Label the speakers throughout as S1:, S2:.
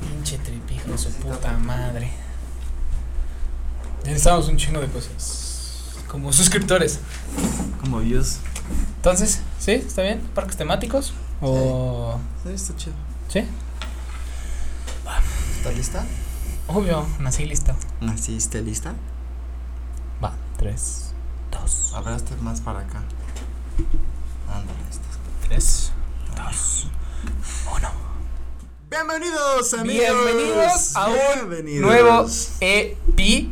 S1: Pinche tripijo de su puta madre. Ya necesitamos un chingo de cosas. Como suscriptores.
S2: Como views.
S1: Entonces, ¿sí? ¿Está bien? ¿Parques temáticos? ¿O.?
S2: Sí, está chido.
S1: ¿Sí?
S3: ¿Está lista?
S1: Obvio, nací listo.
S2: Así, ¿está Ah, lista?
S1: Va, tres, dos,
S3: A ver, este más para acá. Ándale, este. estás.
S1: tres, dos, uno.
S2: Bienvenidos, amigos.
S1: Bienvenidos a un
S2: Bienvenidos.
S1: Nuevo EP,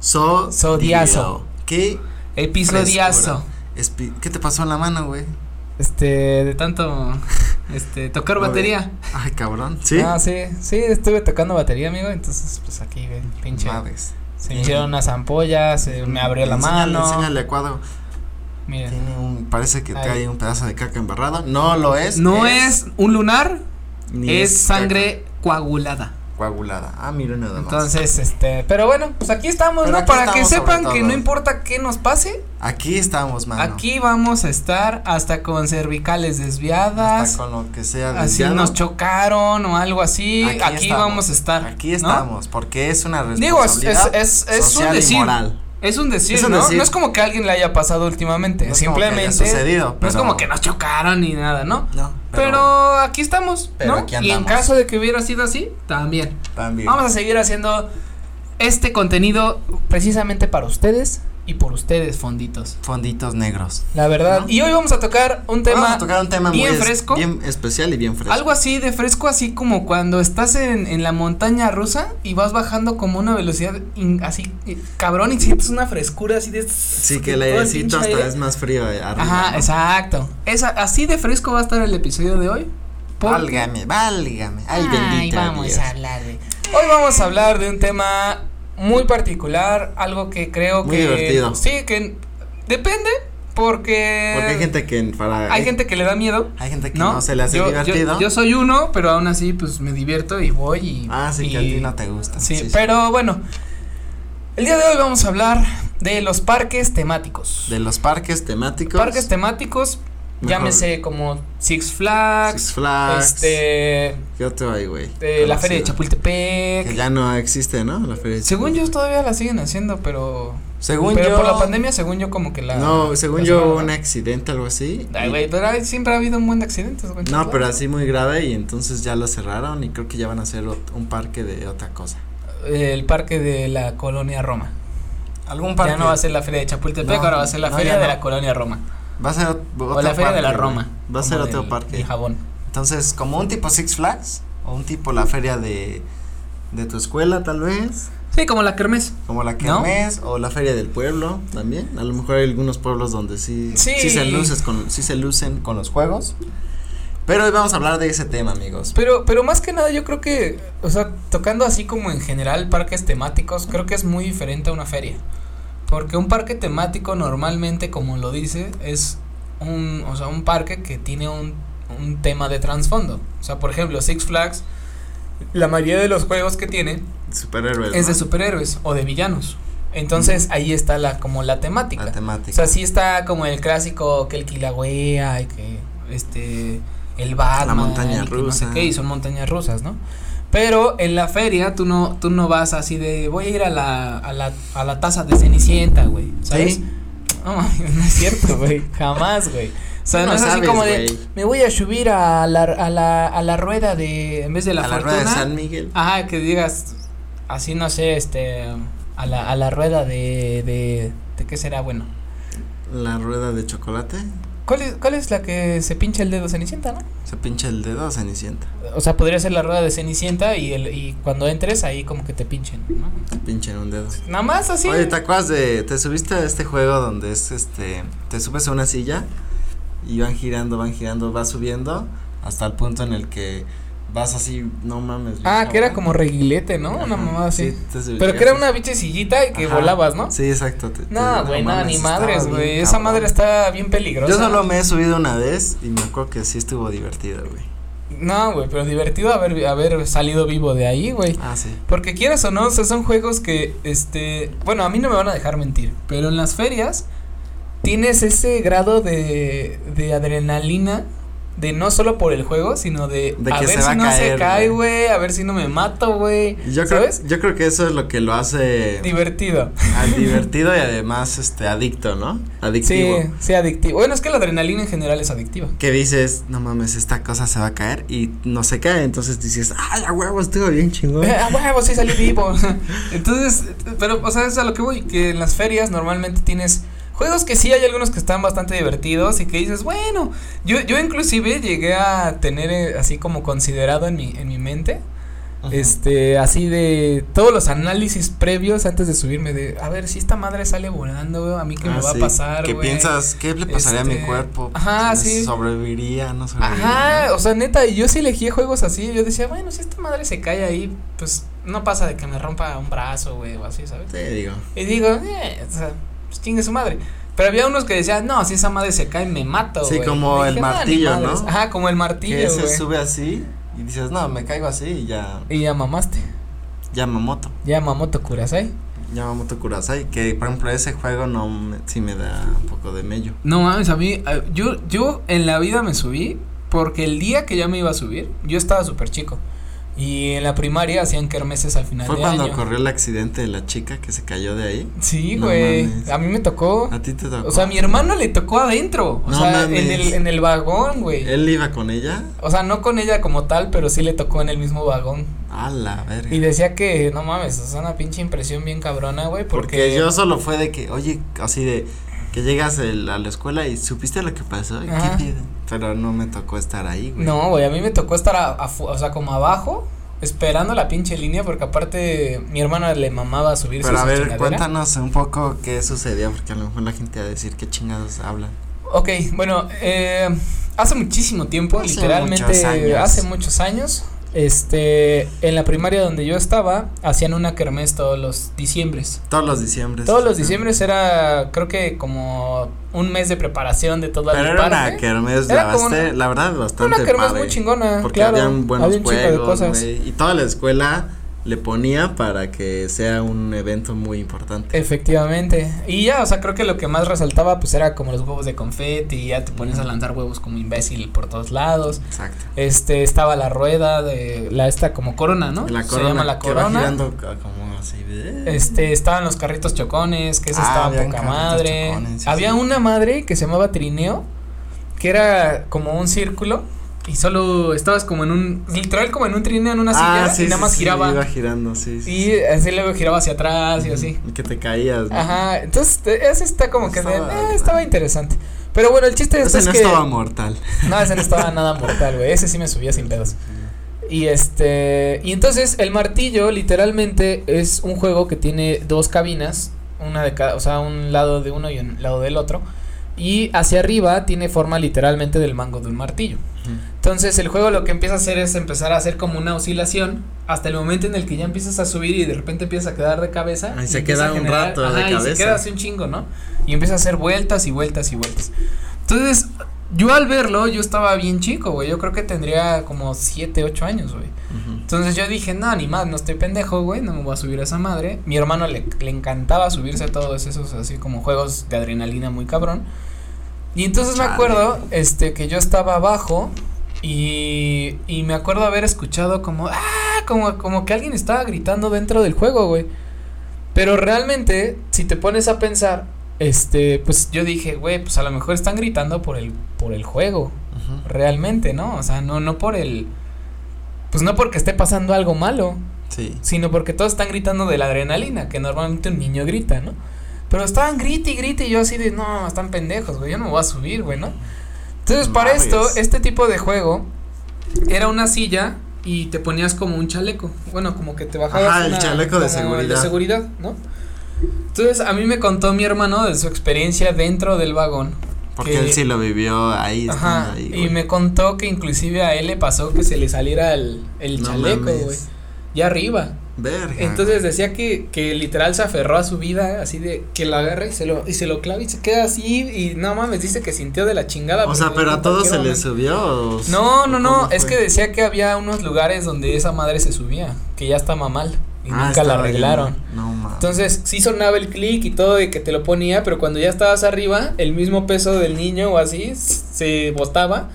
S2: So
S1: Zodiazo.
S2: ¿Qué?
S1: episodiazo.
S2: frescura. Espi- ¿Qué te pasó en la mano, güey?
S1: Este, de tanto. Este, tocar
S2: A ver.
S1: batería.
S2: Ay, cabrón. ¿Sí?
S1: Ah, sí, sí, estuve tocando batería, amigo. Entonces, pues aquí, güey, pinche.
S2: Madres.
S1: Se me hicieron unas ampollas, se me abrió la
S2: Enséñale-
S1: mano.
S2: Enséñale a Cuadro.
S1: Miren.
S2: Tiene un, parece que
S1: Ahí.
S2: trae un pedazo de caca embarrado. No lo es.
S4: No es un lunar,
S2: ni
S4: es
S2: caca
S4: sangre coagulada.
S2: coagulada. Ah, mira nada más.
S1: Entonces, este, pero bueno, pues aquí estamos,
S2: Pero
S1: ¿no?
S2: aquí
S1: Para
S2: estamos
S1: que
S2: sobre
S1: sepan que
S2: todo. Ah,
S1: no importa qué nos pase,
S2: Aquí estamos, mano.
S1: aquí vamos a estar hasta con cervicales desviadas,
S2: Hasta con lo que sea.
S1: así
S2: desviado.
S1: nos chocaron o algo así, aquí,
S2: estamos.
S1: vamos a estar.
S2: Aquí
S1: ¿no?
S2: estamos, porque es una
S1: Digo, es-
S2: responsabilidad
S1: es- es un
S2: social
S1: decir.
S2: y moral.
S1: Es un decir,
S2: Es un
S1: ¿no?
S2: decir.
S1: No es como que a alguien le haya pasado últimamente,
S2: No es como que haya
S1: simplemente.
S2: sucedido,
S1: No es
S2: pero-
S1: como que nos chocaron ni nada, ¿no?
S2: No,
S1: Pero, aquí estamos,
S2: Pero
S1: ¿no?
S2: aquí
S1: y en
S2: andamos.
S1: caso de que hubiera sido así, también.
S2: también.
S1: Vamos a seguir haciendo este contenido precisamente para ustedes y por ustedes, fonditos.
S2: Fonditos negros.
S1: La verdad.
S2: ¿No?
S1: Y hoy vamos a tocar un tema,
S2: Vamos a tocar un tema
S1: bien
S2: muy es-
S1: fresco.
S2: bien especial y bien fresco.
S1: algo así de fresco, así como cuando estás en, en la montaña rusa y vas bajando como una velocidad in- así, eh, cabrón, y sientes una frescura así de...
S2: Sí, que el
S1: todo el
S2: airecito
S1: pinche
S2: hasta
S1: aire.
S2: es más frío eh, arriba.
S1: Ajá, exacto. Esa, así de fresco va a estar el episodio de hoy. porque-
S2: Válgame, válgame. Ay, bendito Dios.
S1: hablar de. Hoy vamos a hablar de un tema muy particular, algo que creo
S2: Muy
S1: que.
S2: divertido.
S1: Sí, que depende, porque.
S2: Porque hay gente que para
S1: hay gente que le da miedo.
S2: hay gente que no,
S1: ¿no?
S2: se le hace
S1: yo, yo-
S2: divertido.
S1: Yo, soy uno, pero aún así, pues me divierto y voy y.
S2: ah, sí que a
S1: y-
S2: ti no te gusta.
S1: Sí, pero bueno. El día de hoy vamos a hablar de los parques temáticos.
S2: de los parques temáticos.
S1: parques temáticos,
S2: Mejor.
S1: llámese como Six Flags.
S2: Six Flags.
S1: Este.
S2: ¿Qué otro hay, güey?
S1: de la feria de
S2: Conocido.
S1: Chapultepec.
S2: Que ya no existe, ¿no? La feria de
S1: Según yo
S2: Chapultepec.
S1: todavía la siguen haciendo, pero
S2: Según
S1: pero
S2: yo.
S1: por la pandemia según yo como que la
S2: no, según
S1: la
S2: yo hubo
S1: cerraron.
S2: un accidente algo así.
S1: Ay,
S2: y-
S1: güey, pero hay- siempre ha habido un buen de accidentes, güey. en todos
S2: No, pero
S1: lados.
S2: así muy grave y entonces ya lo cerraron y creo que ya van a hacer ot- un parque de otra cosa.
S1: el parque de la colonia Roma.
S2: Algún
S1: Ya no va a ser la feria de Chapultepec,
S2: No,
S1: ahora va a ser la
S2: no,
S1: feria
S2: ya
S1: de
S2: no.
S1: la colonia Roma
S2: Va a ser ot-
S1: o
S2: otro
S1: la feria de la
S2: parque, güey.
S1: Roma.
S2: Va a ser
S1: como
S2: otro
S1: del-
S2: parque.
S1: del jabón.
S2: Entonces, como un tipo Six Flags o un tipo la feria de de tu escuela tal vez,
S1: Sí, como la kermés.
S2: como la que
S1: ¿No?
S2: o la feria del pueblo también. A lo mejor hay algunos pueblos donde sí
S1: Sí.
S2: se luces con sí se lucen con los juegos. Pero hoy vamos a hablar de ese tema, amigos.
S1: Pero, pero más que nada yo creo que, o sea, tocando así como en general parques temáticos, creo que es muy diferente a una feria. Porque un parque temático normalmente, como lo dice, es un, o sea, un parque que tiene un, un tema de trasfondo. O sea, por ejemplo, Six Flags, la mayoría de los juegos que tiene
S2: Superhéroes.
S1: es de
S2: ¿no?
S1: superhéroes o de villanos. Entonces ahí está la como la temática.
S2: la temática.
S1: O sea, sí está como el clásico que el Kilauea y que este el Batman,
S2: montaña
S1: y que
S2: rusa.
S1: no sé qué, y son montañas rusas, ¿no? Pero en la feria tú no tú no vas así de voy a ir a la a la a la taza de Cenicienta, güey, ¿sabes?
S2: Sí.
S1: No, mami, no es cierto, güey, jamás, güey. O sea,
S2: Tú
S1: no,
S2: no
S1: es así
S2: sabes,
S1: como de
S2: güey.
S1: me voy a subir a la a la a la rueda de en vez de la
S2: a la
S1: fortuna.
S2: rueda de San Miguel.
S1: Ajá, que digas así no sé, este a la a la rueda de de de qué será bueno.
S2: La rueda de chocolate.
S1: ¿Cuál es, ¿Cuál es la que se pincha el dedo Cenicienta, no?
S2: Se pincha el dedo, Cenicienta.
S1: O sea, podría ser la rueda de Cenicienta y, el, y cuando entres ahí como que te pinchen, ¿no?
S2: Se pincha en un dedo.
S1: Nada más así.
S2: Oye, ¿te acuerdas de. Te subiste a este juego donde es este. Te subes a una silla y van girando, van girando, vas subiendo hasta el punto en el que vas así, no mames.
S1: ah,
S2: bien
S1: que era
S2: cabrón.
S1: como reguilete, ¿no? Una
S2: Ajá,
S1: mamada así.
S2: sí, te subías.
S1: Pero que era una biche sillita y que
S2: Ajá.
S1: volabas, ¿no?
S2: Sí, exacto. te- te-
S1: No, güey, nada,
S2: mames,
S1: ni
S2: estaba
S1: madres,
S2: bien
S1: güey. Esa
S2: cabrón.
S1: madre está bien peligrosa.
S2: Yo solo me he subido una vez y me acuerdo que sí estuvo divertido, güey.
S1: No, güey, pero divertido haber, haber salido vivo de ahí, güey.
S2: Ah, sí.
S1: Porque quieras o no, o sea, son juegos que, este, bueno, a mí no me van a dejar mentir, pero en las ferias tienes ese grado de, de adrenalina de no solo por el juego, sino de,
S2: De
S1: a
S2: que
S1: ver
S2: se
S1: si
S2: va a
S1: no se
S2: caer,
S1: cae,
S2: güey.
S1: güey, a ver si no me mato, güey.
S2: Y Yo creo,
S1: ¿Sabes?
S2: yo creo que eso es lo que lo hace
S1: Divertido.
S2: ah, divertido y además este adicto, ¿no?
S1: Sí,
S2: Adictivo.
S1: sí, adictivo. Bueno, es que la adrenalina en general es adictiva.
S2: Que dices, no mames, esta cosa se va a caer y no se cae, entonces dices, ay, a huevo, estuvo bien chingón.
S1: Eh, a huevo, sí salí vivo. Entonces, pero, o sea, es a lo que voy, que en las ferias normalmente tienes juegos que sí hay algunos que están bastante divertidos y que dices, bueno, yo, yo inclusive llegué a tener eh, así como considerado en mi, en mi mente, este, así de todos los análisis previos antes de subirme de, a ver, si esta madre sale volando, güey, a mí qué me
S2: Ah,
S1: va
S2: sí,
S1: a pasar,
S2: Que
S1: güey?"
S2: piensas, ¿qué le pasaría a mi
S1: Este,
S2: cuerpo?
S1: ajá,
S2: Si
S1: sí.
S2: ¿Sobreviviría? ¿No sobreviviría?
S1: Ajá, o sea, neta, yo sí elegí juegos así. Yo decía, bueno, si esta madre se cae ahí, pues no pasa de que me rompa un brazo, güey, o así, ¿sabes?
S2: Te digo.
S1: Y digo, eh, o sea, pues chingue su madre. Pero había unos que decían, no, si esa madre se cae, me mato,
S2: Sí,
S1: güey".
S2: como
S1: Y
S2: el
S1: "Ah, ni
S2: martillo, ¿no?
S1: madres". Ajá, como el martillo,
S2: Que se
S1: güey.
S2: sube así y dices, no, me caigo así y ya.
S1: Y ya mamaste.
S2: Yamamoto.
S1: Ya Mamoto Kurasai.
S2: Yamamoto Kurasai. Que por ejemplo, ese juego no me- sí me da un poco de mello.
S1: No mames, a mí, a- yo, yo en la vida me subí porque el día que ya me iba a subir, yo estaba súper chico. Y en la primaria hacían kermeses al final
S2: Fue
S1: de
S2: cuando
S1: año.
S2: ocurrió el accidente de la chica que se cayó de ahí.
S1: Sí,
S2: No
S1: güey.
S2: mames.
S1: a mí me tocó.
S2: A ti te tocó.
S1: O sea, a mi hermano le tocó adentro. O
S2: No
S1: sea,
S2: mames.
S1: en el, en el vagón, güey.
S2: Él iba con ella.
S1: O sea, no con ella como tal, pero sí le tocó en el mismo vagón.
S2: A la verga.
S1: Y decía que, no mames, es una pinche impresión bien cabrona, güey, porque...
S2: porque, yo solo fue de que, oye, así de que llegas el- a la escuela y supiste lo que pasó. ¿Y
S1: Ajá.
S2: ¿Qué pedo? Pero no me tocó estar ahí, güey.
S1: No, güey, a mí me tocó estar, a- afu- o sea, como abajo, esperando la pinche línea, porque aparte mi hermana le mamaba subir
S2: Pero
S1: su
S2: a ver,
S1: chingadera.
S2: cuéntanos un poco qué sucedió, porque a lo mejor la gente va a decir qué chingados hablan.
S1: Ok, bueno, eh, hace muchísimo tiempo,
S2: Hace
S1: literalmente
S2: muchos años.
S1: hace muchos años, este, en la primaria donde yo estaba, hacían una kermés todos los diciembres.
S2: Todos los diciembres.
S1: Todos los
S2: Ajá.
S1: diciembres era, creo que como un mes de preparación de toda
S2: Pero
S1: la
S2: era
S1: parte.
S2: una kermés,
S1: ¿eh? Era
S2: la,
S1: como
S2: baste-
S1: una-
S2: la verdad, bastante
S1: Una kermés
S2: padre,
S1: muy chingona,
S2: Porque
S1: claro.
S2: habían buenos
S1: había un chingo de
S2: juegos,
S1: cosas.
S2: güey, y toda la escuela le ponía para que sea un evento muy importante.
S1: Efectivamente. Y ya, o sea, creo que lo que más resaltaba pues era como los huevos de confeti, y ya te pones a lanzar huevos como imbécil por todos lados.
S2: Exacto.
S1: Este, estaba la rueda de la esta como corona, ¿no?
S2: La
S1: Se
S2: corona,
S1: llama la
S2: que va
S1: corona.
S2: girando ca- como así. ¿eh?
S1: Este, estaban los carritos chocones, que ese
S2: Ah,
S1: estaba
S2: habían
S1: poca
S2: carritos
S1: madre.
S2: chocones, sí,
S1: Había
S2: sí.
S1: una madre que se llamaba trineo, que era como un círculo y solo estabas como en un literal como en un trineo en una silla
S2: Ah, sí,
S1: y nada
S2: sí,
S1: más
S2: sí,
S1: giraba.
S2: iba girando, sí. sí,
S1: y así luego giraba hacia atrás y así.
S2: Y Que te caías. ¿no?
S1: Ajá, entonces te- ese está como que de,
S2: Estaba-
S1: eh, estaba interesante. Pero bueno, el chiste de esto
S2: Ese
S1: es
S2: no
S1: que
S2: estaba mortal.
S1: no, ese no estaba nada mortal, güey. Ese sí me subía sin pedos. Y este. Y entonces, el martillo, literalmente, es un juego que tiene dos cabinas. Una de cada. O sea, un lado de uno y un lado del otro. Y hacia arriba tiene forma literalmente del mango de un martillo. Entonces, el juego lo que empieza a hacer es empezar a hacer como una oscilación. Hasta el momento en el que ya empiezas a subir y de repente empiezas a quedar de cabeza.
S2: Ahí se
S1: empieza
S2: queda
S1: a
S2: un rato de
S1: ajá, Y se
S2: cabeza.
S1: queda así un chingo, ¿no? Y empieza a hacer vueltas y vueltas y vueltas. Entonces, yo al verlo, yo estaba bien chico, güey. Yo creo que tendría como 7, 8 años, güey.
S2: Ujú.
S1: Entonces yo dije, no, ni más, no estoy pendejo, güey, no me voy a subir a esa madre. Mi hermano le, le encantaba subirse a todos esos así como juegos de adrenalina muy cabrón. Y entonces me
S2: Chale.
S1: acuerdo, este, que yo estaba abajo y, y me acuerdo haber escuchado como, ah, como, como que alguien estaba gritando dentro del juego, güey. Pero realmente, si te pones a pensar, este, pues yo dije, güey, pues a lo mejor están gritando por el, por el juego
S2: Ujú.
S1: realmente, ¿no? O sea, no, no por el. Pues no porque esté pasando algo malo,
S2: Sí.
S1: sino porque todos están gritando de la adrenalina, que normalmente un niño grita, ¿no? Pero estaban grite y grite, y yo así de, no, están pendejos, güey, yo no me voy a subir, güey, ¿no? Entonces, para
S2: Mames.
S1: esto, este tipo de juego era una silla y te ponías como un chaleco. Bueno, como que te bajabas.
S2: Ajá, el
S1: una-
S2: chaleco de
S1: como el de
S2: seguridad.
S1: seguridad, ¿no? Entonces, a mí me contó mi hermano de su experiencia dentro del vagón.
S2: Porque
S1: que-
S2: él sí lo vivió ahí.
S1: Ajá,
S2: estando ahí,
S1: y
S2: güey.
S1: me contó que inclusive a él le pasó que se le saliera el, el
S2: No
S1: chaleco,
S2: mames.
S1: güey. Ya arriba.
S2: Verga.
S1: Entonces decía que, que literal se aferró a su vida, así de que lo agarra y se lo, y se lo clava y se queda así. Y no mames, dice que sintió de la chingada.
S2: O sea,
S1: porque
S2: pero
S1: en
S2: a todos se
S1: cualquier
S2: les subió. o
S1: momento-
S2: s-
S1: No, no,
S2: o
S1: no.
S2: cómo
S1: Es
S2: fue?
S1: que decía que había unos lugares donde esa madre se subía, que ya estaba mal. Y
S2: Ah,
S1: nunca la
S2: estaba
S1: arreglaron.
S2: bien. No mames.
S1: Entonces, sí sonaba el clic y todo de que te lo ponía, pero cuando ya estabas arriba, el mismo peso del niño o así s- se botaba.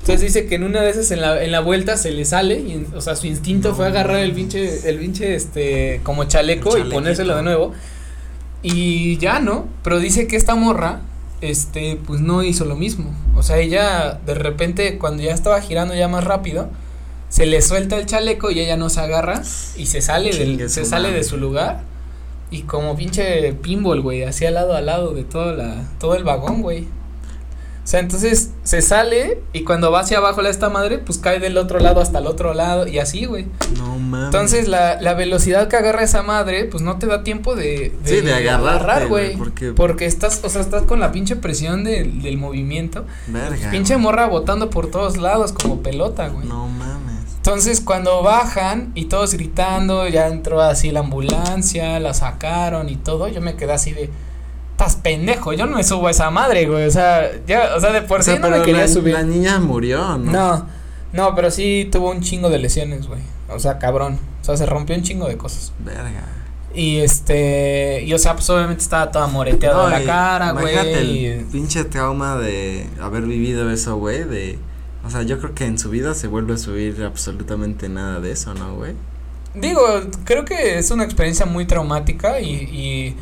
S1: Entonces dice que en una de esas en la, en la vuelta se le sale, y, en- o sea, su instinto fue agarrar el pinche, el pinche, este, como chaleco y
S2: chalequito.
S1: ponérselo de nuevo. Y ya, ¿no? Pero dice que esta morra, este, pues no hizo lo mismo. O sea, ella de repente, cuando ya estaba girando ya más rápido, se le suelta el chaleco y ella no se agarra y se sale, del,
S2: Chingue
S1: se
S2: su
S1: sale de
S2: madre.
S1: su lugar. Y como pinche pinball, güey, así al lado al lado de todo, la, todo el vagón, güey. O sea, entonces se sale y cuando va hacia abajo la esta madre, pues cae del otro lado hasta el otro lado y así, güey.
S2: No mames.
S1: Entonces la, la velocidad que agarra esa madre, pues no te da tiempo de,
S2: Sí, de agarrarte, güey,
S1: Porque...
S2: porque-
S1: estás, o sea, estás con la pinche presión del, del movimiento.
S2: Verga.
S1: Pinche morra botando por todos lados como pelota, güey.
S2: No mames.
S1: Entonces cuando bajan y todos gritando, ya entró así la ambulancia, la sacaron y todo, yo me quedé así de, estás pendejo, yo no me subo a esa madre, güey, o sea, ya, o sea, de por
S2: O sea,
S1: sí no me quería
S2: la,
S1: subir.
S2: la niña murió, ¿no?
S1: No, no, pero sí tuvo un chingo de lesiones, güey, o sea, cabrón, o sea, se rompió un chingo de cosas.
S2: Verga.
S1: Y este, y o sea, pues obviamente estaba toda moreteada
S2: No,
S1: la
S2: y
S1: cara,
S2: imagínate
S1: güey.
S2: el
S1: y-
S2: pinche trauma de haber vivido eso, güey, de... O sea, yo creo que en su vida se vuelve a subir absolutamente nada de eso, ¿no, güey?
S1: Digo, creo que es una experiencia muy traumática y, y,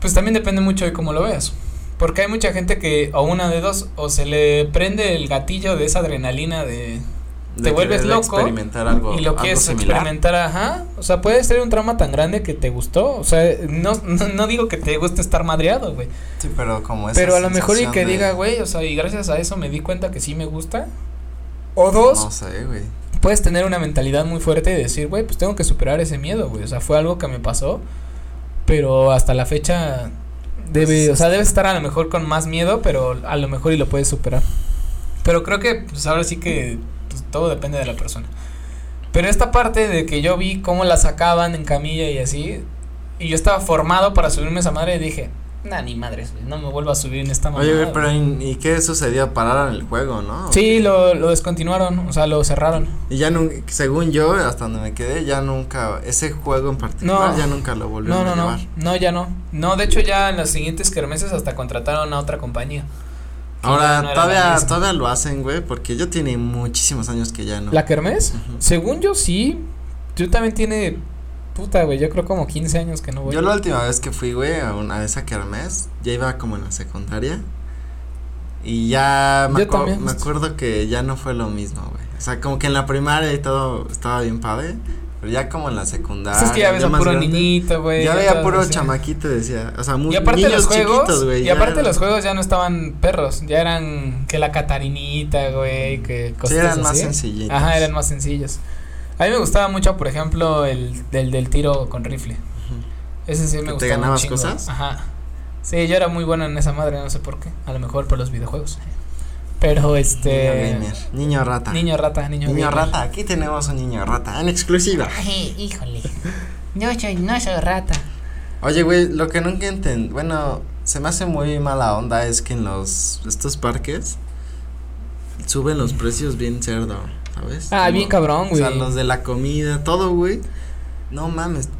S1: pues también depende mucho de cómo lo veas. Porque hay mucha gente que, o una de dos, o se le prende el gatillo de esa adrenalina de...
S2: De
S1: Te vuelves
S2: querer
S1: loco
S2: experimentar algo,
S1: y lo
S2: algo
S1: que es
S2: similar.
S1: experimentar, ajá. O sea, puede ser un trauma tan grande que te gustó. O sea, no, no, no digo que te guste estar madreado, güey.
S2: Sí, pero como esa
S1: Pero a lo mejor y
S2: sensación
S1: que
S2: de-
S1: diga, güey, o sea, y gracias a eso me di cuenta que sí me gusta. O dos,
S2: No sé, güey.
S1: puedes tener una mentalidad muy fuerte de decir, güey, pues tengo que superar ese miedo, güey. O sea, fue algo que me pasó, pero hasta la fecha debe, o sea, debes estar a lo mejor con más miedo, pero a lo mejor y lo puedes superar. Pero creo que, pues ahora sí que pues, todo depende de la persona. Pero esta parte de que yo vi cómo la sacaban en camilla y así, y yo estaba formado para subirme a esa madre y dije, nah, ni madres, güey, no me vuelvo a subir en esta madre.
S2: Oye, güey, pero ¿y- ¿y qué sucedió? Pararon el juego, ¿no?
S1: Sí, lo, lo descontinuaron, o sea, lo cerraron.
S2: Y ya nun- según yo, hasta donde me quedé, ya nunca, ese juego en particular,
S1: No.
S2: ya nunca lo
S1: No,
S2: volvieron
S1: no,
S2: a
S1: no,
S2: llevar.
S1: no, ya no. No, de hecho ya en las siguientes kermeses hasta contrataron a otra compañía. Que ya no era
S2: Ahora,
S1: la
S2: todavía,
S1: misma.
S2: todavía lo hacen, güey, porque yo tiene muchísimos años que ya no.
S1: ¿La kermés?
S2: Ujú.
S1: Según yo sí, yo también tiene, puta, güey, yo creo como 15 años que no voy.
S2: Yo la última vez que fui, güey, a, una, a esa kermés, ya iba como en la secundaria. Y ya me,
S1: Yo
S2: acuer-
S1: también,
S2: me
S1: justo.
S2: acuerdo que ya no fue lo mismo, güey. O sea, como que en la primaria y todo estaba bien padre, pero ya como en la secundaria.
S1: Pues es que ya ves a
S2: más
S1: puro
S2: grande,
S1: niñito, güey.
S2: Ya
S1: todo
S2: veía puro
S1: así.
S2: chamaquito, decía. O sea, muy
S1: Y aparte
S2: niños
S1: los juegos,
S2: chiquitos, güey.
S1: y
S2: ya
S1: aparte
S2: eran-
S1: los juegos ya no estaban perros, ya eran que la Catarinita, güey, que
S2: Sí,
S1: cosas
S2: eran más
S1: así.
S2: sencillitos.
S1: ¿eh? Ajá, eran más sencillos. A mí me gustaba mucho, por ejemplo, el del, del tiro con rifle.
S2: Ujú.
S1: Ese sí
S2: ¿Que
S1: me
S2: te
S1: gustaba. un
S2: ganabas
S1: chingo.
S2: cosas?
S1: Ajá. Sí, yo era muy bueno en esa madre, no sé por qué. A lo mejor por los videojuegos. Pero
S2: Niño
S1: este.
S2: gamer, niño rata.
S1: Niño rata, niño,
S2: Niño
S1: gamer.
S2: rata, aquí tenemos un niño rata, en exclusiva.
S5: Ay, híjole. Yo soy, no soy rata.
S2: Oye, güey, lo que nunca entendí, bueno, se me hace muy mala onda es que en los, estos parques suben los precios bien cerdo, ¿sabes?
S1: Ah, bien cabrón,
S2: O sea,
S1: güey.
S2: los de la comida, todo, güey. No mames,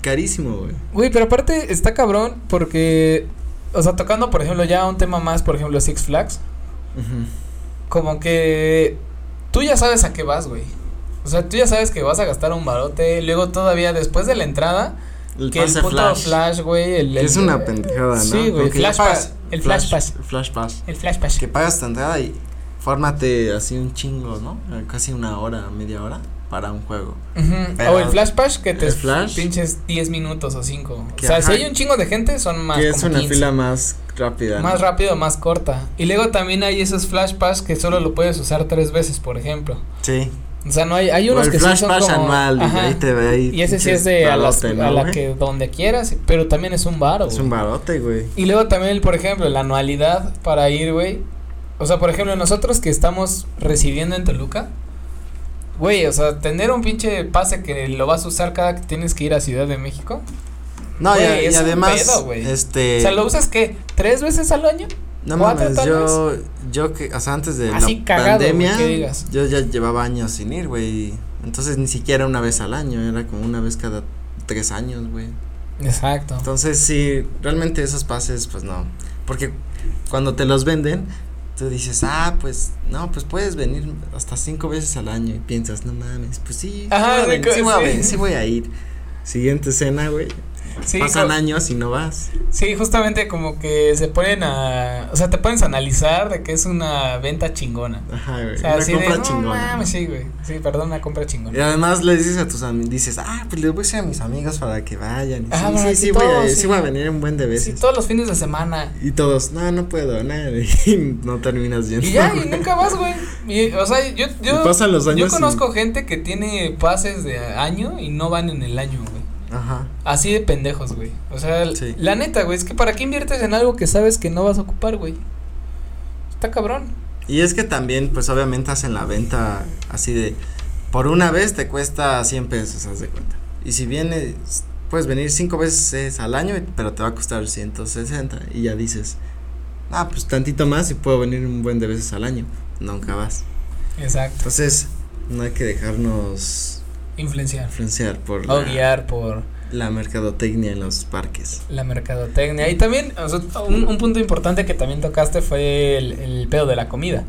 S2: carísimo, güey.
S1: Güey, pero aparte está cabrón porque. O sea, tocando, por ejemplo, ya un tema más, por ejemplo, Six Flags. como que tú ya sabes a qué vas, güey. O sea, tú ya sabes que vas a gastar un barote, luego todavía después de la entrada,
S2: El
S1: que el
S2: pase
S1: puto flash, güey, el,
S2: que
S1: el-
S2: es una pendejada, ¿no?
S1: Sí, güey,
S2: Porque ya
S1: flash
S2: pagas-
S1: pass, el flash pass.
S2: Flash pass.
S1: el flash pass.
S2: Que pagas tu entrada y fórmate así un chingo, ¿no? Eh, Casi una hora, media hora para un juego.
S1: Ujú, O
S2: pero-
S1: el flash pass que te
S2: el flash-
S1: pinches 10 minutos o 5. O
S2: Que
S1: sea,
S2: ajá.
S1: si hay un chingo de gente son más
S2: que es
S1: como
S2: una
S1: 15.
S2: fila más rápida.
S1: más
S2: ¿no?
S1: rápido, más corta. Y luego también hay esos flash pass que solo lo puedes usar tres veces, por ejemplo.
S2: Sí.
S1: O sea, no hay hay
S2: O
S1: unos
S2: el
S1: que sí
S2: flash
S1: son
S2: pass
S1: como-
S2: anual y
S1: ajá.
S2: ahí te ve ahí.
S1: Y ese sí
S2: pinches
S1: es de a, las-
S2: balote,
S1: a
S2: ¿no,
S1: la
S2: güey?
S1: que donde quieras, pero también es un bar,
S2: Es un barote, güey.
S1: Y luego también, por ejemplo, la anualidad para ir, güey. O sea, por ejemplo, nosotros que estamos residiendo en Toluca, güey, o sea, tener un pinche pase que lo vas a usar cada que tienes que ir a Ciudad de México.
S2: No,
S1: Güey,
S2: y, y
S1: es un
S2: además,
S1: pedo, güey.
S2: este.
S1: o sea, ¿lo usas qué? ¿Tres veces al año?
S2: no
S1: cuatro,
S2: mames,
S1: tal
S2: yo, yo que, o sea, antes de
S1: Así
S2: la
S1: cagado, güey,
S2: pandemia,
S1: que digas.
S2: yo ya llevaba años sin ir, güey. Entonces ni siquiera una vez al año, era como una vez cada tres años, güey.
S1: Exacto.
S2: Entonces, sí, realmente esos pases, pues no. Porque cuando te los venden, tú dices, ah, pues, no, pues puedes venir hasta cinco veces al año y piensas, no mames, pues sí,
S1: Ajá,
S2: sí, voy, a ven-
S1: rico,
S2: sí voy a
S1: sí.
S2: ven- sí voy a ir. Siguiente cena, güey.
S1: Sí,
S2: Pasan
S1: co-
S2: años y no vas.
S1: sí, justamente como que se ponen a. O sea, te pones a analizar de que es una venta chingona.
S2: Ajá, güey.
S1: O sea,
S2: una
S1: así
S2: compra
S1: de, No
S2: chingona.
S1: mames, sí, güey. Sí, perdón, una compra
S2: Y
S1: chingona.
S2: además le dices a tus amigos, dices, ah, pues les voy a decir a mis amigos para que vayan. Y
S1: Ah,
S2: sí,
S1: para
S2: sí,
S1: que
S2: sí, voy a,
S1: todos,
S2: sí
S1: sí.
S2: voy a venir un buen de
S1: Sí,
S2: veces.
S1: todos los fines de semana.
S2: y todos, no, no puedo, nada, y no terminas yendo.
S1: Y ya, y nunca vas, güey. Y, o sea, yo, yo,
S2: Y pasan los
S1: yo
S2: años y-
S1: conozco gente que tiene pases de año y no van en el año, güey.
S2: Ajá.
S1: Así de pendejos, güey. O sea, l-
S2: Sí.
S1: la neta, güey, es que para qué inviertes en algo que sabes que no vas a ocupar, güey. Está cabrón.
S2: Y es que también, pues obviamente hacen la venta así de, por una vez te cuesta 100 pesos, haz de cuenta. Y si vienes, puedes venir cinco veces al año, pero te va a costar 160. Y ya dices, ah, pues tantito más y puedo venir un buen de veces al año. Nunca vas.
S1: Exacto.
S2: Entonces, no hay que dejarnos
S1: Influenciar.
S2: influenciar por
S1: O
S2: la,
S1: guiar por
S2: la mercadotecnia en los parques.
S1: la mercadotecnia. Y también, o sea, un, un punto importante que también tocaste fue el, el pedo de la comida.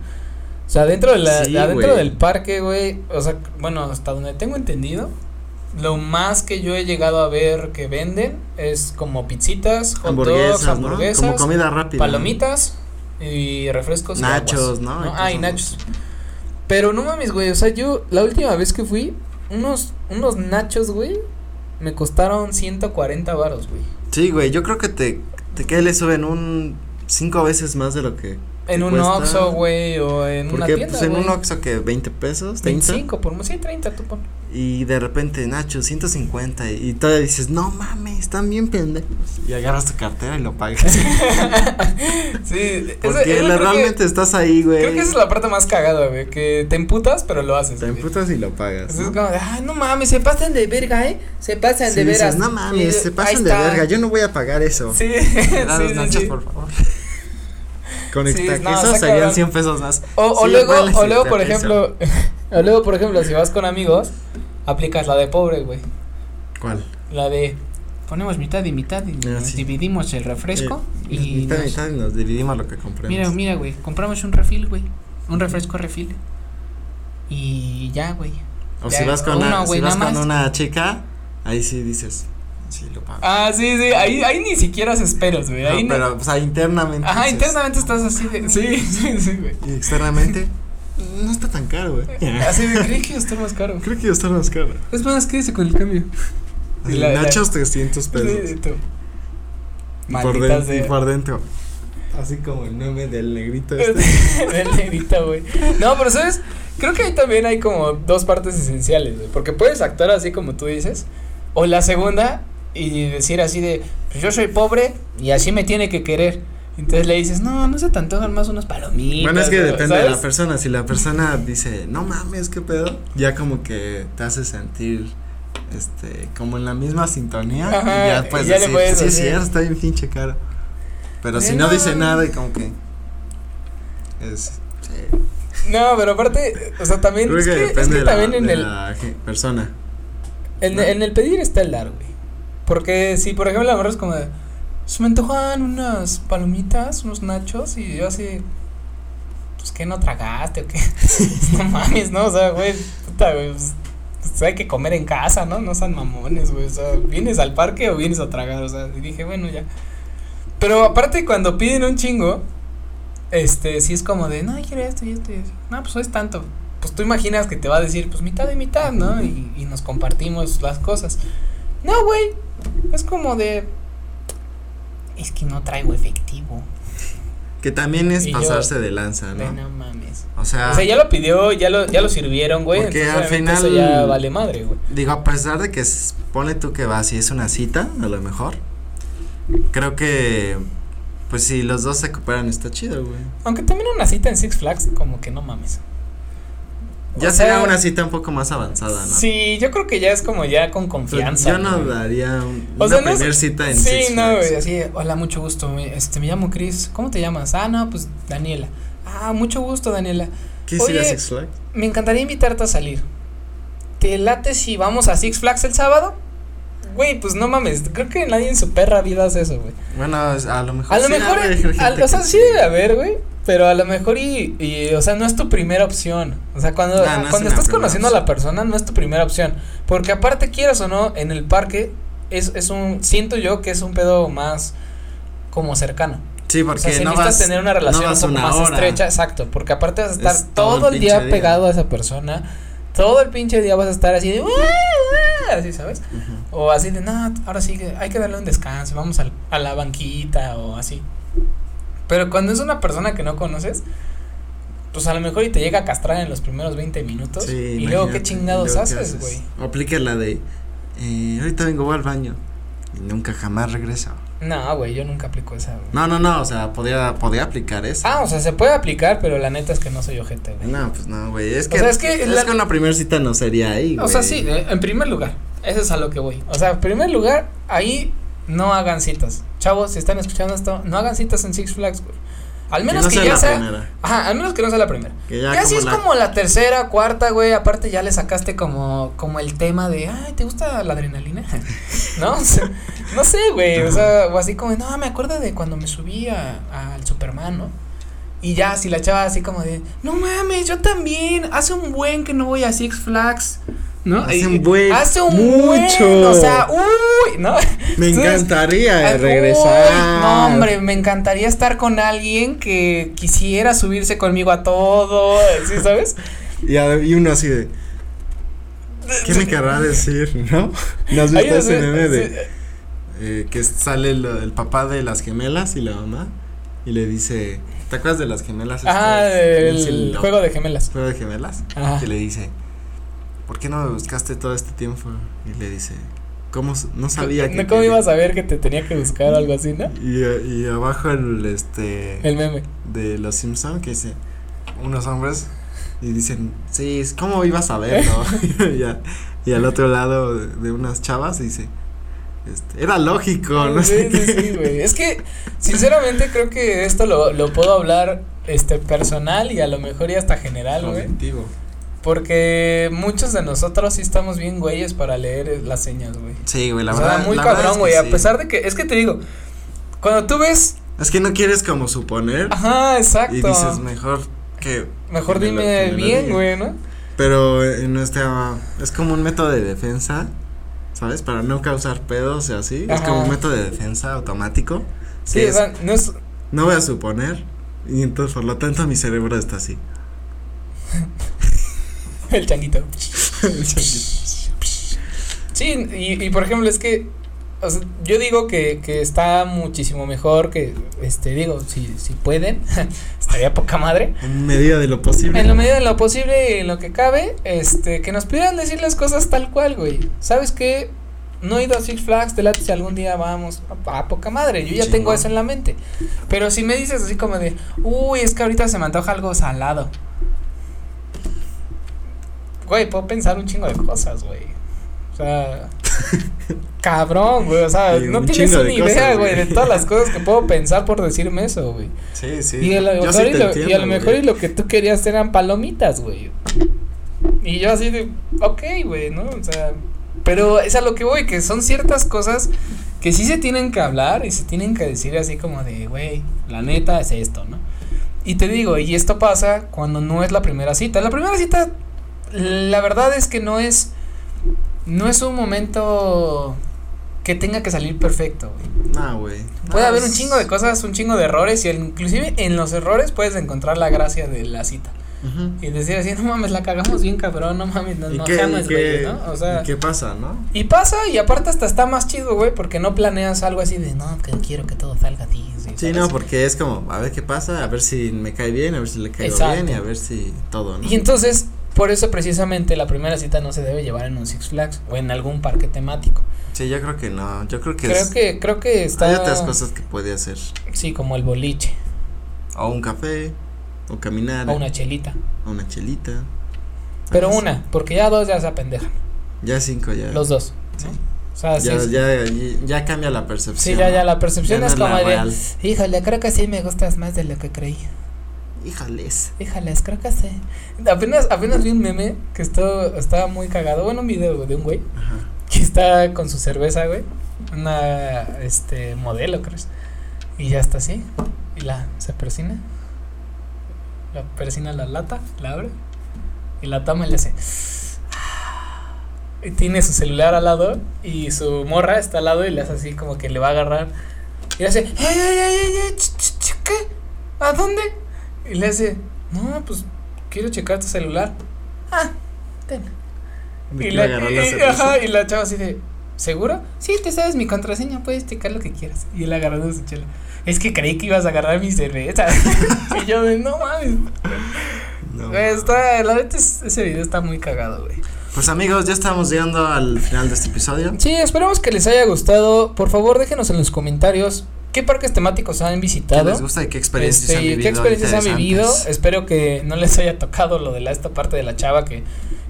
S1: O sea, dentro, de la,
S2: Sí,
S1: adentro
S2: güey.
S1: del parque, güey, o sea, bueno, hasta donde tengo entendido, lo más que yo he llegado a ver que venden es como pizzitas, hot
S2: Hamburguesas,
S1: dogs,
S2: ¿no?
S1: hamburguesas,
S2: Como comida rápida.
S1: palomitas y refrescos. y
S2: Nachos,
S1: aguas,
S2: ¿no? Y
S1: Ah, y
S2: cosas
S1: nachos. Pero no mames, güey, o sea, yo la última vez que fui, unos, unos nachos, güey, me costaron 140 varos, güey.
S2: Sí, güey, yo creo que te, te que le suben un cinco veces más de lo que
S1: En
S2: te
S1: un
S2: cuesta.
S1: Oxxo, güey, o en una
S2: Porque
S1: tienda,
S2: pues en
S1: güey.
S2: un Oxxo que 20 pesos, 30
S1: 25, por sí, 30, tú pon.
S2: y de repente nachos 150 y todavía dices, "No mames, están bien pendejos." Y agarras tu cartera y lo pagas.
S1: Sí, esa- esa
S2: Porque la-
S1: creo que-
S2: realmente estás ahí, güey.
S1: Creo que esa es la parte más cagada, güey, que te emputas, pero lo haces.
S2: te
S1: güey.
S2: emputas y lo pagas.
S1: Entonces
S2: ¿no?
S1: es como de, ay, no mames, se pasan de verga, ¿eh? Se pasan
S2: Sí,
S1: de
S2: dices,
S1: veras.
S2: no mames,
S1: Y-
S2: se
S1: ahí
S2: pasan de
S1: está.
S2: verga, yo no voy a pagar eso.
S1: Sí,
S2: Me da
S1: sí,
S2: los
S1: sí,
S2: nachos,
S1: sí.
S2: por favor.
S1: Sí,
S2: Con extra
S1: no,
S2: queso
S1: está
S2: serían
S1: cabrón.
S2: 100 pesos más.
S1: O, o
S2: Sí,
S1: luego,
S2: vale,
S1: o
S2: sí,
S1: luego,
S2: te
S1: por
S2: aviso.
S1: ejemplo, o luego, por ejemplo, si vas con amigos, aplicas la de pobre, güey.
S2: ¿Cuál?
S1: La de,
S5: Ponemos mitad y mitad y
S2: Ah,
S5: nos
S2: sí.
S5: dividimos el refresco
S2: Eh,
S5: y
S2: mitad,
S5: nos-
S2: mitad y nos dividimos lo que compremos.
S5: Mira, mira, güey, compramos un refil, güey. Un refresco refil. Y ya, güey.
S2: o
S5: ya,
S2: si vas con, una,
S5: uno, güey,
S2: si vas
S5: nada
S2: con
S5: más.
S2: una chica, ahí sí dices, sí lo pago.
S1: ah, sí, sí, ahí, ahí ni siquiera se esperas, güey.
S2: No,
S1: Ahí no-
S2: Ah, pero, o sea, internamente.
S1: Ajá,
S2: dices,
S1: internamente estás así de, sí, sí, sí, güey.
S2: Y externamente, no está tan caro, güey.
S1: Así de, creí que iba a estar más caro.
S2: Creo que ya está más caro.
S4: Es más, quédese con el cambio.
S1: Y la- la-
S2: Nachos 300
S1: Sí,
S2: pesos.
S1: tú.
S2: Y por,
S1: Maldita
S2: den-
S1: sea.
S2: y por dentro. Así como el meme del negrito este.
S1: Del negrito, güey. No, pero sabes, creo que ahí también hay como dos partes esenciales, güey. Porque puedes actuar así como tú dices, o la segunda, y decir así de, pues yo soy pobre y así me tiene que querer. Entonces le dices, no, no se te antojan más unos palomitas.
S2: Bueno, es que
S1: o-
S2: depende de la
S1: ¿sabes?
S2: persona. Si la persona dice, no mames, qué pedo, ya como que te hace sentir este como en la misma sintonía.
S1: Ajá,
S2: y ya puedes
S1: y ya le
S2: decir,
S1: puedes
S2: sí, es
S1: decir".
S2: cierto, está bien pinche caro. Pero si
S1: Eh,
S2: no,
S1: no.
S2: dice nada y como que. Es, sí.
S1: No, pero aparte, o sea, también,
S2: Creo
S1: es
S2: que
S1: que, es
S2: depende
S1: que
S2: de,
S1: también
S2: la,
S1: en
S2: de
S1: el,
S2: la ge- persona.
S1: En,
S2: ¿no?
S1: en el pedir está el dar, güey. Porque si, por ejemplo, la morra es como de, se me antojan unas palomitas, unos nachos, y yo así, pues que no tragaste o qué. no mames, ¿no? O sea, güey, puta, güey. pues, pues, hay que comer en casa, ¿no? No sean mamones, güey. O sea, ¿vienes al parque o vienes a tragar? O sea, y dije, bueno, ya. Pero aparte, cuando piden un chingo, este, sí es como de, no, quiero esto y esto y esto. No, pues es tanto pues tú imaginas que te va a decir, pues mitad y mitad, ¿no? Y, y nos compartimos las cosas. No, güey. Es como de.
S5: Es que no traigo efectivo.
S2: Que también es
S1: Y yo-
S2: pasarse de lanza,
S5: Ve,
S2: Ah, ¿no?
S5: No mames.
S2: O sea,
S1: O sea, ya lo pidió, ya lo, ya lo sirvieron, güey.
S2: Porque
S1: entonces,
S2: al
S1: obviamente,
S2: final-
S1: Eso ya vale madre, güey.
S2: Digo, a pesar de que s- pone tú que vas y es una cita, a lo mejor. Creo que. Pues si los dos se cooperan, está chido, güey.
S1: Aunque también una cita en Six Flags, como que no mames. O
S2: Ya
S1: sea,
S2: será una cita un poco más avanzada, ¿no?
S1: Sí, yo creo que ya es como ya con
S2: O sea,
S1: confianza.
S2: Yo no
S1: güey.
S2: daría un-
S1: O
S2: una
S1: sea, no es-
S2: primera cita en
S1: Sí,
S2: Six
S1: no,
S2: Flags.
S1: güey, así, hola, mucho gusto, me- este, me llamo Chris, ¿cómo te llamas? Ah, no, pues, Daniela. Ah, mucho gusto, Daniela.
S2: ¿Quieres ir a
S1: Oye,
S2: Six Flags?
S1: Me encantaría invitarte a salir. ¿Te late si vamos a Six Flags el sábado? Güey, pues no mames, creo que nadie en su perra vida hace eso, güey.
S2: Bueno, es- a lo mejor.
S1: A lo
S2: sí debe
S1: mejor,
S2: haber
S1: al-
S2: gente
S1: o sea,
S2: que
S1: sí debe haber, güey, Pero a lo mejor y, y, o sea, no es tu primera opción. O sea, cuando,
S2: No, no es
S1: cuando
S2: una
S1: estás
S2: primera
S1: conociendo a la
S2: opción.
S1: persona, no es tu primera opción. Porque aparte, quieras o no, en el parque es, es un, siento yo que es un pedo más como cercano.
S2: Sí,
S1: O
S2: porque
S1: sea, si
S2: no
S1: necesitas
S2: vas
S1: tener una relación
S2: no
S1: un
S2: vas
S1: poco
S2: una
S1: más
S2: hora.
S1: estrecha, exacto, porque aparte vas a estar
S2: Es
S1: todo,
S2: todo el
S1: el día
S2: pinche día.
S1: pegado a esa persona, todo el pinche día vas a estar así de, "Uah, uah", así, ¿sabes?
S2: Ujú.
S1: O así de, no, ahora sí que hay que darle un descanso, vamos al- a la banquita o así. Pero cuando es una persona que no conoces, pues a lo mejor y te llega a castrar en los primeros 20 minutos.
S2: Sí,
S1: y luego,
S2: imagínate,
S1: ¿qué
S2: ¿y
S1: chingados
S2: luego qué
S1: haces, güey?
S2: O aplica la de, eh, ahorita vengo, voy al baño. Y nunca jamás regresa.
S1: No, güey, yo nunca aplico esa. güey.
S2: No, no, no, o sea, podría, podría aplicar eso.
S1: Ah, o sea, se puede aplicar, pero la neta es que no soy ojete, güey.
S2: No, pues no, güey, es
S1: O
S2: que,
S1: sea, es que la-
S2: una primera cita no sería ahí, güey.
S1: O sea, sí, eh, en primer lugar, eso es a lo que voy. O sea, en primer lugar, ahí no hagan citas. Chavos, si están escuchando esto, no hagan citas en Six Flags, güey. Al menos
S2: no
S1: que,
S2: sea
S1: ya
S2: la
S1: sea.
S2: primera.
S1: Ajá, al menos que no sea la primera.
S2: Que
S1: Ya
S2: ya
S1: si
S2: como
S1: es
S2: la-
S1: como la tercera, cuarta, güey. Aparte, ya le sacaste como, como el tema de, ay, ¿te gusta la adrenalina? ¿No? O sea, no sé, güey. O sea, o así como, no, me acuerdo de cuando me subí a- al Superman, ¿no? Y ya, si la chava así como de, no mames, yo también. Hace un buen que no voy a Six Flags. ¿No?
S2: Hace
S1: Y-
S2: un buen,
S1: Hace un buen.
S2: mucho.
S1: O sea, uy, ¿no?
S2: Me
S1: Entonces,
S2: encantaría
S1: Ay,
S2: regresar.
S1: uy, no, hombre, me encantaría estar con alguien que quisiera subirse conmigo a todo, ¿sí sabes?
S2: Y, a- y uno así de. ¿Qué me querrá decir, no? ¿No has
S1: Ay,
S2: visto
S1: o
S2: ese
S1: sea,
S2: meme
S1: sí,
S2: de eh, que sale el, el papá de las gemelas y la mamá? Y le dice. ¿Te acuerdas de las gemelas?
S1: Ah,
S2: este,
S1: el,
S2: Lindsay Lohan?
S1: juego de gemelas. Ah.
S2: Juego de gemelas.
S1: Ajá.
S2: Que le dice. ¿Por qué no me buscaste todo este tiempo? Y le dice. ¿Cómo? s- No sabía que.
S1: No, ¿Cómo
S2: quería-
S1: ibas a ver que te tenía que buscar o algo así, no?
S2: Y, a- y abajo el este.
S1: El meme.
S2: de Los Simpson que dice unos hombres y dicen, sí, es- ¿cómo ibas a verlo? y, a- y al otro lado de, de unas chavas dice, este, era lógico, no
S1: Ah, Sí, sí,
S2: sé qué.
S1: sí, güey. Es que, sinceramente, creo que esto lo, lo puedo hablar este personal y a lo mejor y hasta general, güey.
S2: Objetivo.
S1: Porque muchos de nosotros sí estamos bien güeyes para leer eh, las señas, güey.
S2: Sí, güey, la
S1: o sea,
S2: verdad.
S1: muy
S2: la verdad
S1: cabrón,
S2: es
S1: güey.
S2: que
S1: a
S2: sí.
S1: pesar de que, es que te digo, cuando tú ves,
S2: Es que no quieres como suponer
S1: ajá, exacto.
S2: y dices, mejor que...
S1: mejor
S2: que me lo- que
S1: dime
S2: me lo
S1: bien,
S2: diga".
S1: güey, ¿no?
S2: Pero en nuestra... Es como un método de defensa, ¿sabes? Para no causar pedos y así. Es como un
S1: Ajá.
S2: método de defensa automático.
S1: Sí,
S2: que
S1: o
S2: es-
S1: sea, no es,
S2: No voy a suponer. Y entonces, por lo tanto, mi cerebro está así.
S1: El changuito. Sí, y, y por ejemplo, es que o sea, yo digo que, que está muchísimo mejor que, este, digo, si, si pueden, estaría poca madre.
S2: En medida de lo posible.
S1: En la medida de lo posible, en lo que cabe, este, que nos pudieran decir las cosas tal cual, güey. ¿Sabes qué? No he ido a Six Flags, te late si algún día vamos. A, a poca madre, yo ya
S2: Chingón.
S1: tengo eso en la mente. Pero si me dices así como de, uy, es que ahorita se me antoja algo salado. Güey, puedo pensar un chingo de cosas, güey. O sea, cabrón, güey. O sea,
S2: Sí,
S1: no
S2: un
S1: tienes
S2: chingo de
S1: ni idea,
S2: cosas,
S1: güey, de
S2: güey.
S1: todas las cosas que puedo pensar por decirme eso, güey.
S2: Sí, sí.
S1: Y a lo
S2: Yo
S1: mejor,
S2: sí
S1: y
S2: te
S1: lo, y a
S2: entiendo,
S1: lo mejor y
S2: güey.
S1: lo que tú querías eran palomitas, güey. Y yo así de, ok, güey, ¿no? O sea, pero es a lo que voy, que son ciertas cosas que sí se tienen que hablar y se tienen que decir así como de, güey, la neta es esto, ¿no? Y te digo, y esto pasa cuando no es la primera cita. La primera cita, la verdad es que no es, no es un momento que tenga que salir perfecto, güey.
S2: No, güey.
S1: Puede
S2: No,
S1: haber un
S2: es-
S1: chingo de cosas, un chingo de errores y el- inclusive en los errores puedes encontrar la gracia de la cita.
S2: Ujú.
S1: Y decir así, no mames, la cagamos bien cabrón, no mames, nos
S2: ¿Y qué, y
S1: mojamos, güey,
S2: qué-
S1: ¿no? O sea,
S2: ¿y
S1: y,
S2: qué pasa, no?
S1: pasa y aparte hasta está más chido, güey, porque no planeas algo así de, no, que quiero que todo salga así.
S2: Sí,
S1: ¿sabes?
S2: no, porque es como, a ver qué pasa, a ver si me cae bien, a ver si le caigo
S1: Exacto.
S2: bien y a ver si todo, ¿no?
S1: Y entonces, por eso precisamente la primera cita no se debe llevar en un Six Flags o en algún parque temático.
S2: Sí, yo creo que no, yo creo que
S1: Creo
S2: es-
S1: que, creo que está...
S2: hay otras cosas que podía hacer.
S1: Sí, como el boliche
S2: O un café, o caminar,
S1: o una chelita.
S2: o una chelita.
S1: Pero
S2: Ah, sí.
S1: una, porque ya dos ya se apendejan,
S2: Ya cinco, ya.
S1: los dos.
S2: Sí.
S1: ¿no? O sea, sí
S2: ya,
S1: es-
S2: ya, ya cambia la percepción.
S1: Sí, ya, ya,
S2: ¿no?
S1: la percepción
S2: Ya
S1: es
S2: no
S1: como
S2: la
S1: de,
S2: real.
S1: híjole, creo que sí me gustas más de lo que creí,
S2: Híjales.
S1: híjales, creo que sí. Apenas, apenas vi un meme que esto, estaba muy cagado, bueno, un video güey, de un güey
S2: Ajá.
S1: que está con su cerveza, güey, una, este, modelo, creo, es, y ya está así, y la, se persina, la persina la lata, la abre y la toma y le hace. Y tiene su celular al lado y su morra está al lado y le hace así como que le va a agarrar. Y le hace, "Ey, ey, ey, ey, ey, ch, ch, ch, ¿qué? ¿A dónde? Y le hace, no, pues quiero checar tu celular. Ah, ten.
S2: Me
S1: Y
S2: quiero
S1: la,
S2: agarrar la
S1: y-
S2: cerveza.
S1: ajá, y la chava así de, ¿seguro? Sí, te sabes mi contraseña, puedes checar lo que quieras. Y él agarrando su chela. Es que creí que ibas a agarrar mi cerveza. y yo de, no mames.
S2: No.
S1: Güey, está, la neta, es- ese video está muy cagado, güey.
S2: Pues amigos, ya estamos llegando al final de este episodio.
S1: Sí, esperamos que les haya gustado. Por favor, déjenos en los comentarios qué parques temáticos han
S2: ¿Qué
S1: visitado.
S2: les gusta y qué experiencias
S1: Este,
S2: han vivido?
S1: ¿Qué experiencias han vivido?
S2: interesantes?
S1: Espero que no les haya tocado lo de la, esta parte de la chava que,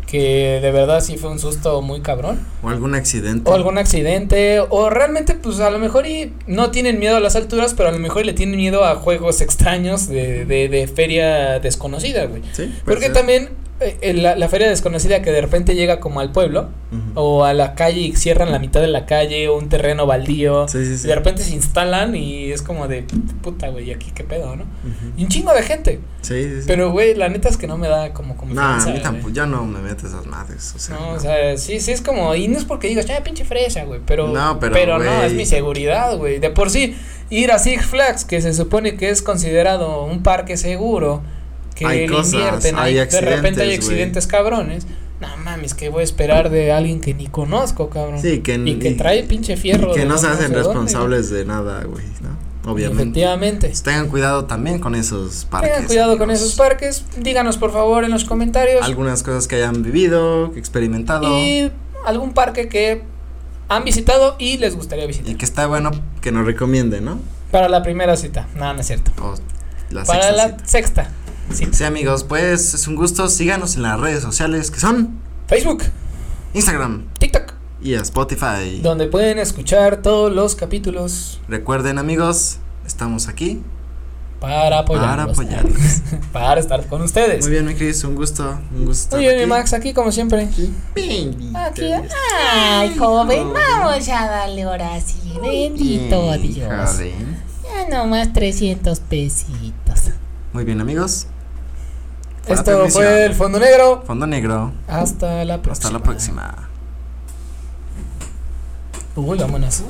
S1: que de verdad sí fue un susto muy cabrón.
S2: O algún accidente.
S1: O algún accidente. O realmente, pues a lo mejor y no tienen miedo a las alturas, pero a lo mejor y le tienen miedo a juegos extraños de, de, de feria desconocida, güey.
S2: Sí, puede
S1: Porque
S2: ser.
S1: también eh, eh, la, la feria desconocida que de repente llega como al pueblo
S2: Ujú.
S1: o a la calle y cierran la mitad de la calle o un terreno baldío.
S2: Sí, sí, sí.
S1: De repente se instalan y es como de puta, güey, ¿y aquí qué pedo, ¿no?
S2: Ujú.
S1: Y un chingo de gente.
S2: Sí, sí, sí.
S1: Pero, güey, la neta es que no me da como
S2: no, a
S1: confianza.
S2: mí
S1: güey.
S2: tampoco, yo no me meto esas madres, o sea.
S1: No,
S2: no.
S1: o sea, sí, sí es como, y no es porque digas, ya, pinche fresa, güey, pero,
S2: No, pero,
S1: no, es
S2: güey.
S1: mi seguridad, güey, de por sí, ir a Six Flags, que se supone que es considerado un parque seguro, que le
S2: Hay cosas,
S1: invierten,
S2: hay
S1: de repente hay
S2: accidentes, güey.
S1: accidentes cabrones, no mames, que voy a esperar de alguien que ni conozco, cabrón,
S2: Sí, que,
S1: y que
S2: y-
S1: trae pinche fierro.
S2: y que
S1: de
S2: no se hacen
S1: sé dónde,
S2: responsables de nada, güey, ¿no?
S1: güey.
S2: Obviamente.
S1: Efectivamente.
S2: Pues tengan cuidado también con esos parques.
S1: Tengan cuidado con
S2: amigos.
S1: esos parques, díganos por favor en los comentarios.
S2: Algunas cosas que hayan vivido, que experimentado. Y...
S1: y algún parque que han visitado y les gustaría visitar.
S2: que está bueno que nos recomienden, ¿no?
S1: Para la primera cita. No, no es cierto.
S2: O la
S1: Para
S2: sexta
S1: la
S2: cita.
S1: sexta cita.
S2: Sí, amigos, pues es un gusto. Síganos en las redes sociales que son
S1: Facebook,
S2: Instagram
S1: TikTok,
S2: y Spotify.
S1: donde pueden escuchar todos los capítulos
S2: Recuerden, amigos, estamos aquí
S1: para apoyarlos.
S2: para apoyarlos.
S1: Para estar con ustedes.
S2: Muy
S1: Muy
S2: bien, mi Cris, un gusto. Un gusto.
S1: bien, mi Max, aquí como siempre.
S2: Aquí.
S6: Ay, joven, vamos a darle ahora sí. Bendito Dios. Ya nomás 300 pesitos.
S2: Muy bien, amigos. Para
S1: Esto
S2: transmisión.
S1: fue el Fondo Negro.
S2: Fondo negro.
S1: Hasta la próxima.
S2: Hasta la próxima.
S1: Uy, vámonos.